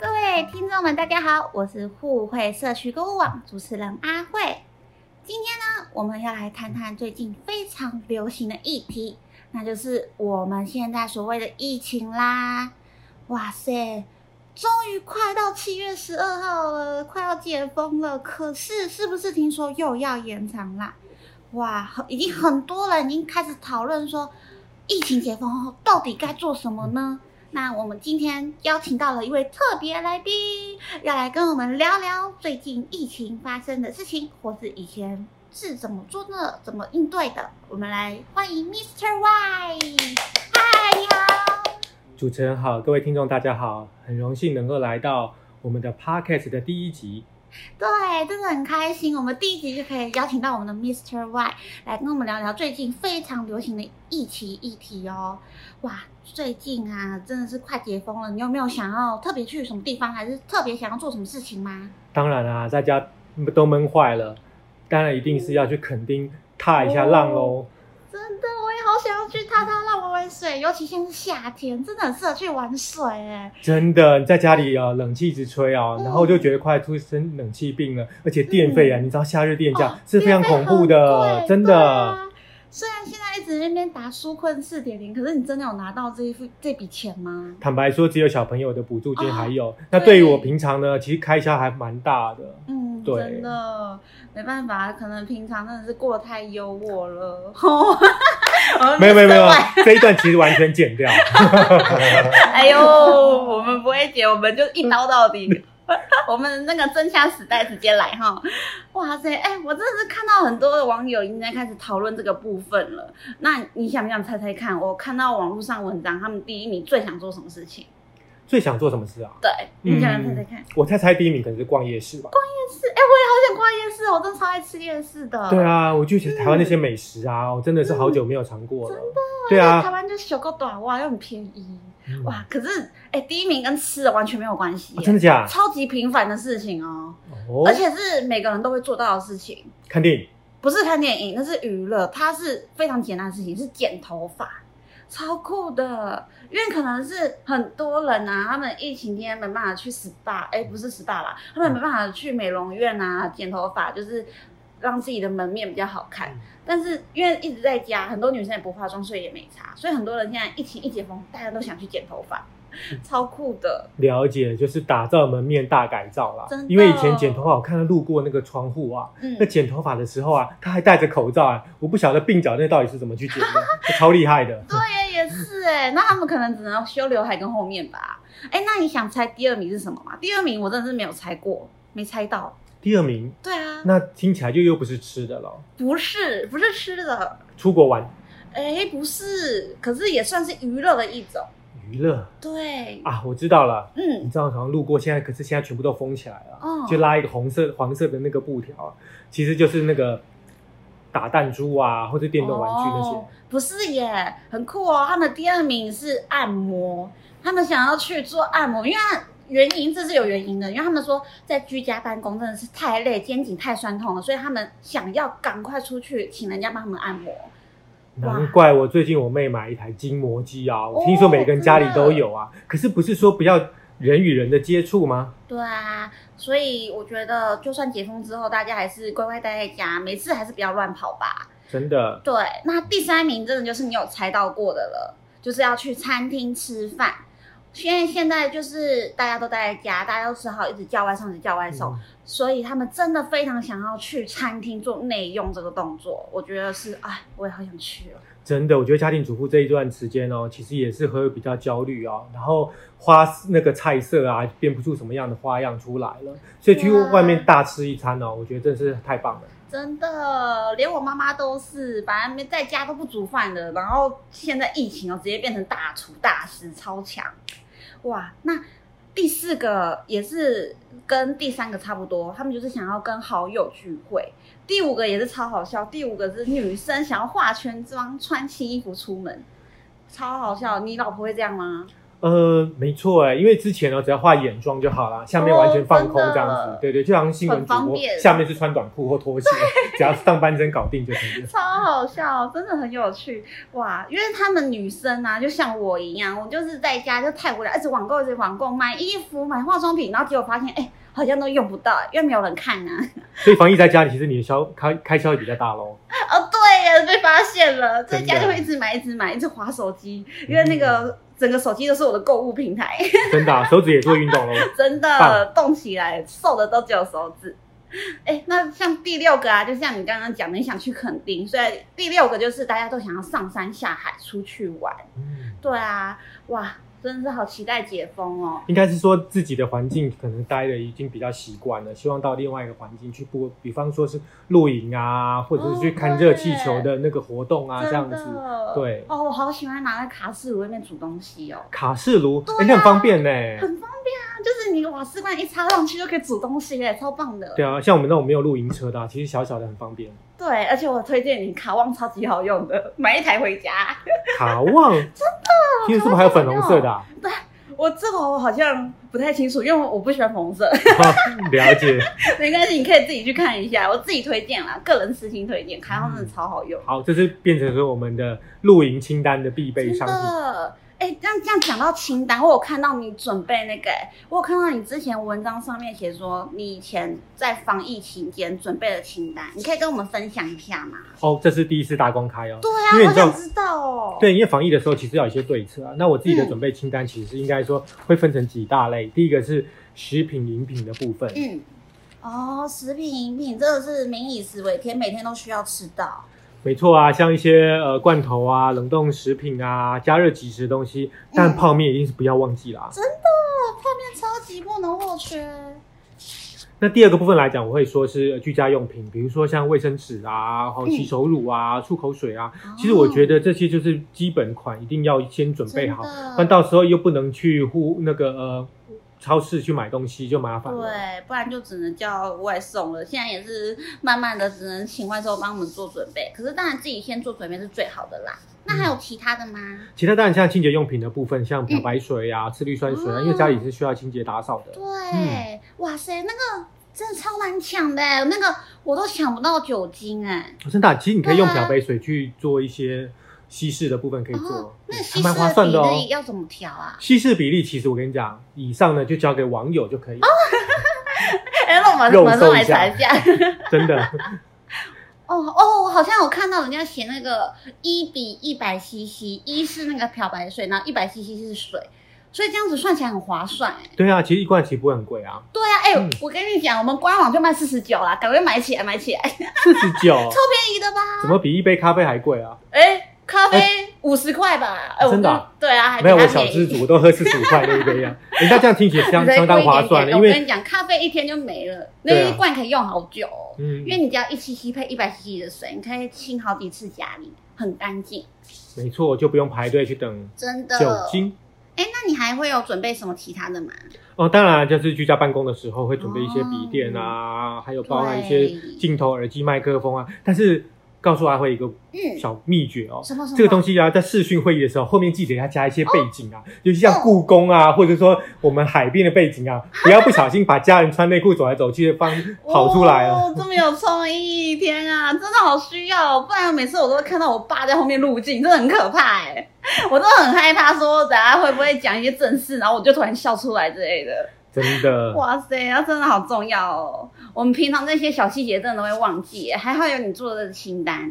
嘿，听众们，大家好，我是互惠社区购物网主持人阿慧。今天呢，我们要来谈谈最近非常流行的议题，那就是我们现在所谓的疫情啦。哇塞，终于快到七月十二号了，快要解封了，可是是不是听说又要延长啦？哇，很已经很多人已经开始讨论说，疫情解封后到底该做什么呢？那我们今天邀请到了一位特别来宾，要来跟我们聊聊最近疫情发生的事情，或是以前是怎么做的、怎么应对的。我们来欢迎 Mr. Y。嗨，你好。主持人好，各位听众大家好，很荣幸能够来到我们的 podcast 的第一集。对，真的很开心，我们第一集就可以邀请到我们的 Mr. Y 来跟我们聊聊最近非常流行的疫情议题哦。哇，最近啊，真的是快解封了，你有没有想要特别去什么地方，还是特别想要做什么事情吗？当然啊，在家都闷坏了，当然一定是要去垦丁踏一下浪哦哦喽。真的，我也好想要去踏踏浪、玩玩水，尤其现在是夏天，真的很适合去玩水哎。真的，你在家里啊，冷气一直吹啊，嗯然后就觉得快出生冷气病了，而且电费啊，嗯你知道夏日电价、哦是非常恐怖的，对真对的。啊虽然现在一直在那边打纾困四点零，可是你真的有拿到这一副这笔钱吗？坦白说，只有小朋友的补助金哦还有。那对于对我平常呢，其实开销还蛮大的。嗯，对真的没办法，可能平常真的是过得太优渥了。 哦没有没 有没有，这一段其实完全剪掉。 哎呦，我们不会剪，我们就一刀到 底。我们那个真枪实弹直接来哈！哇塞，哎、我真的是看到很多的网友已经在开始讨论这个部分了。那你想不想猜猜看？我看到网络上文章，他们第一名最想做什么事情？最想做什么事啊？对，你想不想嗯猜猜看？我猜猜第一名可能是逛夜市吧。是，哎、我也好想逛夜市，我真的超爱吃夜市的。对，啊，我就觉得台湾那些美食啊，我真的是好久没有尝过真了。的对台啊，湾就小个短袜又很便宜，嗯哇！可是，哎、第一名跟吃的完全没有关系耶、哦真的假？超级平凡的事情哦，哦而，且是每个人都会做到的事情，看电影，不是看电影，那是娱乐，它是非常简单的事情，是剪头发，超酷的。因为可能是很多人啊，他们疫情天没办法去 SPA，哎、不是 SPA 吧，他们没办法去美容院啊剪头发，就是让自己的门面比较好看嗯。但是因为一直在家，很多女生也不化妆，所以也没差。所以很多人现在疫情一解封，大家都想去剪头发，超酷的。了解就是打造门面大改造啦真的。因为以前剪头发，我看到路过那个窗户啊，嗯那，剪头发的时候啊，他还戴着口罩啊，我不晓得鬓角那到底是怎么去剪 的，超厉害的。对耶，也是哎，那他们可能只能修刘海跟后面吧。哎，那你想猜第二名是什么吗？第二名我真的是没有猜过，没猜到。第二名，对啊，那听起来就又不是吃的了，不是，不是吃的，出国玩哎，不是，可是也算是娱乐的一种。娱乐对，啊，我知道了。你嗯，知道，好像路过现在，可是现在全部都封起来了，哦就拉一个红色、黄色的那个布条啊，其实就是那个打弹珠啊，或者电动玩具那些。哦不是耶，很酷哦。他们第二名是按摩，他们想要去做按摩，因为他原因这是有原因的，因为他们说在居家办公真的是太累，肩颈太酸痛了，所以他们想要赶快出去请人家帮他们按摩。难怪我最近我妹买一台筋膜机啊，我听说每个人家里都有哦啊，可是不是说不要人与人的接触吗？对啊，所以我觉得就算解封之后，大家还是乖乖待在家，没事还是不要乱跑吧。真的，对，那第三名真的就是你有猜到过的了，就是要去餐厅吃饭。因为现在就是大家都待在家，大家都只好一直叫外送，一直叫外送，嗯所以他们真的非常想要去餐厅做内用这个动作。我觉得是，哎，我也好想去哦。真的，我觉得家庭主妇这一段时间哦，其实也是会比较焦虑啊，然后花那个菜色啊，变不出什么样的花样出来了，所以去哇外面大吃一餐哦，我觉得真是太棒了。真的，连我妈妈都是，反正没在家都不煮饭的，然后现在疫情哦，直接变成大厨大师，超强！哇，那第四个也是跟第三个差不多，他们就是想要跟好友聚会。第五个也是超好笑，第五个是女生想要化全妆，穿新衣服出门，超好笑。你老婆会这样吗？呃，没错哎，因为之前呢，只要画眼妆就好啦，下面完全放空这样子，哦哦真的对对，就好像新闻很主方播便下面是穿短裤或拖鞋，只要上半身搞定就可以了。超好笑，真的很有趣哇！因为他们女生啊，就像我一样，我就是在家就太无聊，一直网购，一直网购买衣服、买化妆品，然后结果发现，哎、好像都用不到，因为没有人看啊。 所以防疫在家里，其实你的消开开销也比较大喽。哦，对耶，被发现了，在真的家就会一直买，一直买，一直划手机，因为那个整个手机都是我的购物平台， 真的啊、手指也做运动喽。真的棒动起来，瘦的都只有手指。哎，那像第六个啊，就像你刚刚讲的，你想去垦丁，所以第六个就是大家都想要上山下海出去玩。嗯对啊，哇，真的是好期待解封哦。应该是说自己的环境可能待的已经比较习惯了，希望到另外一个环境去不，比方说是露营啊，或者是去看热气球的那个活动啊，哦真这样子。的，对哦，我好喜欢拿在卡式炉那边煮东西哦，卡式炉，对哎、啊那很方便欸呢、很方便啊，就是你瓦斯罐一插上去就可以煮东西耶，超棒的。对啊，像我们那种没有露营车的、啊，其实小小的很方便。对，而且我推荐你卡旺超级好用的，买一台回家。卡旺，真的，听说是不是还有粉红色的、啊？我这个我好像不太清楚，因为我不喜欢红色， 了解。没关系，你可以自己去看一下，我自己推荐啦，个人私心推荐，卡旺真的嗯超好用。好，这是变成说我们的露营清单的必备真商品。的，哎、这样这样讲到清单，我有看到你准备那个、哎我有看到你之前文章上面写说你以前在防疫期间准备的清单，你可以跟我们分享一下吗？哦，这是第一次大公开哦。对因为啊，你好知道想知道哦。，对，因为防疫的时候其实要有一些对策啊。那我自己的嗯准备清单其实应该说会分成几大类，第一个是食品饮品的部分，嗯，哦，食品饮品真的是民以食为天，每天都需要吃到。哦没错啊，像一些呃罐头啊、冷冻食品啊、加热即食的东西，嗯但泡面一定是不要忘记啦。哦，泡面超级不能或缺。那第二个部分来讲，我会说是呃居家用品，比如说像卫生纸啊、好嗯洗手乳啊、漱口水啊。其实我觉得这些就是基本款，一定要先准备好哦真，的不然到时候又不能去户那个呃超市去买东西，就麻烦了。对，不然就只能叫外送了。现在也是慢慢的，只能请外送帮我们做准备。可是当然自己先做准备是最好的啦。那还有其他的吗？其他当然像清洁用品的部分，像漂白水啊、次氯酸水啊，哦因为家里是需要清洁打扫的。对，哇塞，那个真的超难抢的、那个我都抢不到酒精哎、真的啊、其实你可以用对啊漂白水去做一些稀释的部分，可以做，那嗯稀释蛮划的算比的哦。例要怎么调啊？稀释比例其实我跟你讲，以上呢就交给网友就可以了， 哎、那我们肉马上搜来一下查一下。 真的。哦哦，我好像有看到人家写那个一比一百 CC，一是那个漂白水，然后一百 CC 是水，所以这样子算起来很划算哎、对啊，其实一罐其实不会很贵啊，对啊，哎、嗯我跟你讲，我们官网就卖四十九啦，赶快买起来，买起来，便四十 九，宜的吧？怎么比一杯咖啡还贵啊？哎、咖啡五十块吧？哎、我真的哎啊对啊，还比没有，我它小便资 宜。主我都喝四十五块那 一杯啊，人家这样听起来相相当划算的，因我跟为你讲，咖啡一天就没了，那对啊一罐可以用好久哦、嗯因，为你只要一七七配一百 CC 的水，你可以清好几次家里，很干净，没错，就不用排队去等真的。酒。精。哎、那你还会有准备什么其他的吗？哦，当然就是居家办公的时候会准备一些笔电啊，还有包含一些嗯对镜头、耳机、麦克风啊。但是告诉阿辉一个嗯，小秘诀哦，什么什么？这个东西啊，在视讯会议的时候，后面记得要加一些背景啊，尤其像故宫啊，或者说我们海边的背景啊，不要不小心把家人穿内裤走来走去的方跑出来了。哦，这么有创意！天啊，真的好需要哦，不然每次我都会看到我爸在后面入镜，真的很可怕哎， 我都很害怕说等下会不会讲一些正事，然后我就突然笑出来之类的。真的，哇塞，那真的好重要哦！我们平常那些小细节真的都会忘记耶，还好有你做的清单。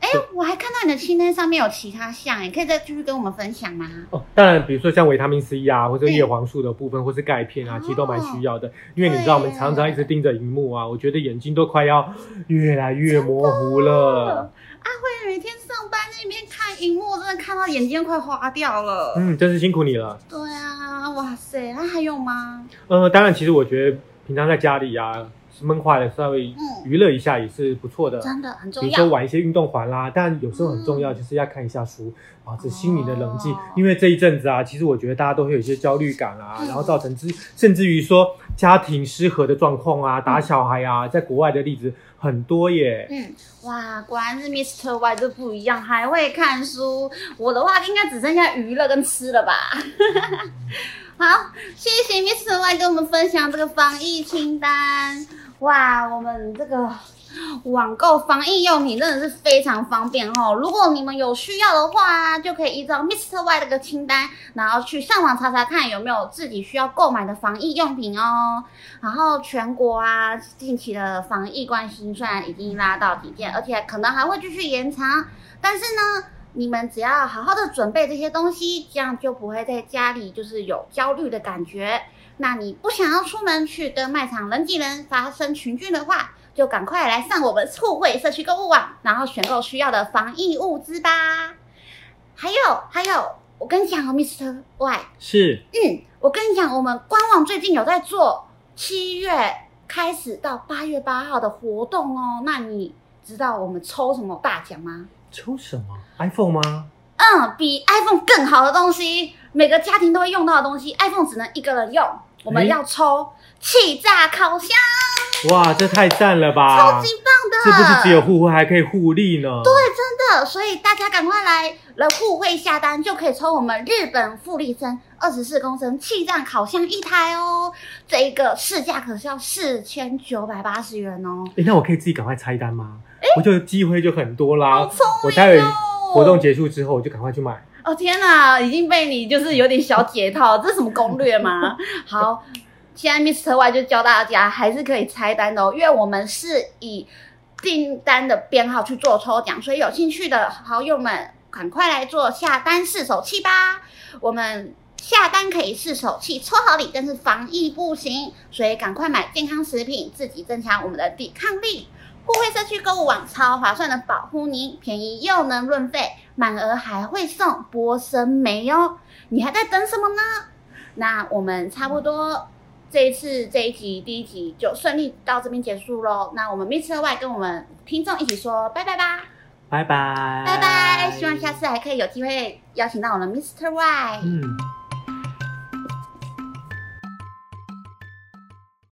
哎对，我还看到你的清单上面有其他项哎，可以再继续跟我们分享吗？哦，当然，比如说像维他命 C 啊，或者叶黄素的部分，或是钙片啊，其实都哦蛮需要的。因为你知道，我们常常一直盯着荧幕啊，我觉得眼睛都快要越来越模糊了。阿慧每天上班那边看荧幕，我真的看到眼睛快花掉了。嗯，真是辛苦你了。对啊，哇塞，那还有吗？呃，当然，其实我觉得平常在家里啊，闷坏了稍微嗯，娱乐一下也是不错的。真的很啊比重如说要。嗯玩一些运动环啦，但有时候很重要，就是要看一下书，保持心灵的冷静哦。因为这一阵子啊，其实我觉得大家都会有一些焦虑感啊，嗯然后造成之，甚至于说家庭失和的状况啊，打小孩啊，在国外的例子很多耶。嗯，哇，果然是 Mr. Y 就不一样，还会看书。我的话应该只剩下娱乐跟吃了吧。 好，谢谢 Mr. Y 跟我们分享这个防疫清单。哇，我们这个网购防疫用品真的是非常方便哦。如果你们有需要的话，就可以依照 Mr. Y 这个清单，然后去上网查查看有没有自己需要购买的防疫用品哦。然后全国啊，近期的防疫关心虽然已经拉到底线，而且可能还会继续延长，但是呢。你们只要好好的准备这些东西，这样就不会在家里就是有焦虑的感觉。那你不想要出门去跟卖场人挤人发生群聚的话，就赶快来上我们互惠社区购物网，然后选购需要的防疫物资吧。还有还有，我跟你讲哦，Mr. Y，是，嗯，我跟你讲，我们官网最近有在做七月开始到八月八号的活动哦。那你知道我们抽什么大奖吗？抽什么？iPhone 吗？嗯，比 iPhone 更好的东西，每个家庭都会用到的东西，iPhone 只能一个人用。我们要抽气炸烤箱，哇，这太赞了吧！超级棒这的，不是只有互惠，还可以互利呢。对，真的，所以大家赶快来来互惠下单，就可以抽我们日本富丽森二十四公升气炸烤箱一台哦。这一个市价可是要四千九百八十元哦。诶那我可以自己赶快拆单吗？我就机会就很多啦好。聪我待明会哦！活动结束之后，我就赶快去买。哦天哪，已经被你就是有点小解套， 这是什么攻略 吗？好，现在 Mr. Y 就教大家还是可以拆单的哦，因为我们是以订单的编号去做抽奖，所以有兴趣的好友们赶快来做下单试手气吧。我们下单可以试手气，抽好礼，但是防疫不行，所以赶快买健康食品，自己增强我们的抵抗力。互惠社区购物网超划算的保护您，便宜又能润肺，满额还会送波生梅哦！你还在等什么呢？那我们差不多这一次这一集第一集就顺利到这边结束喽。那我们 Mr. Y 跟我们听众一起说拜拜吧，拜拜，拜拜！希望下次还可以有机会邀请到我们 Mr. Y。嗯，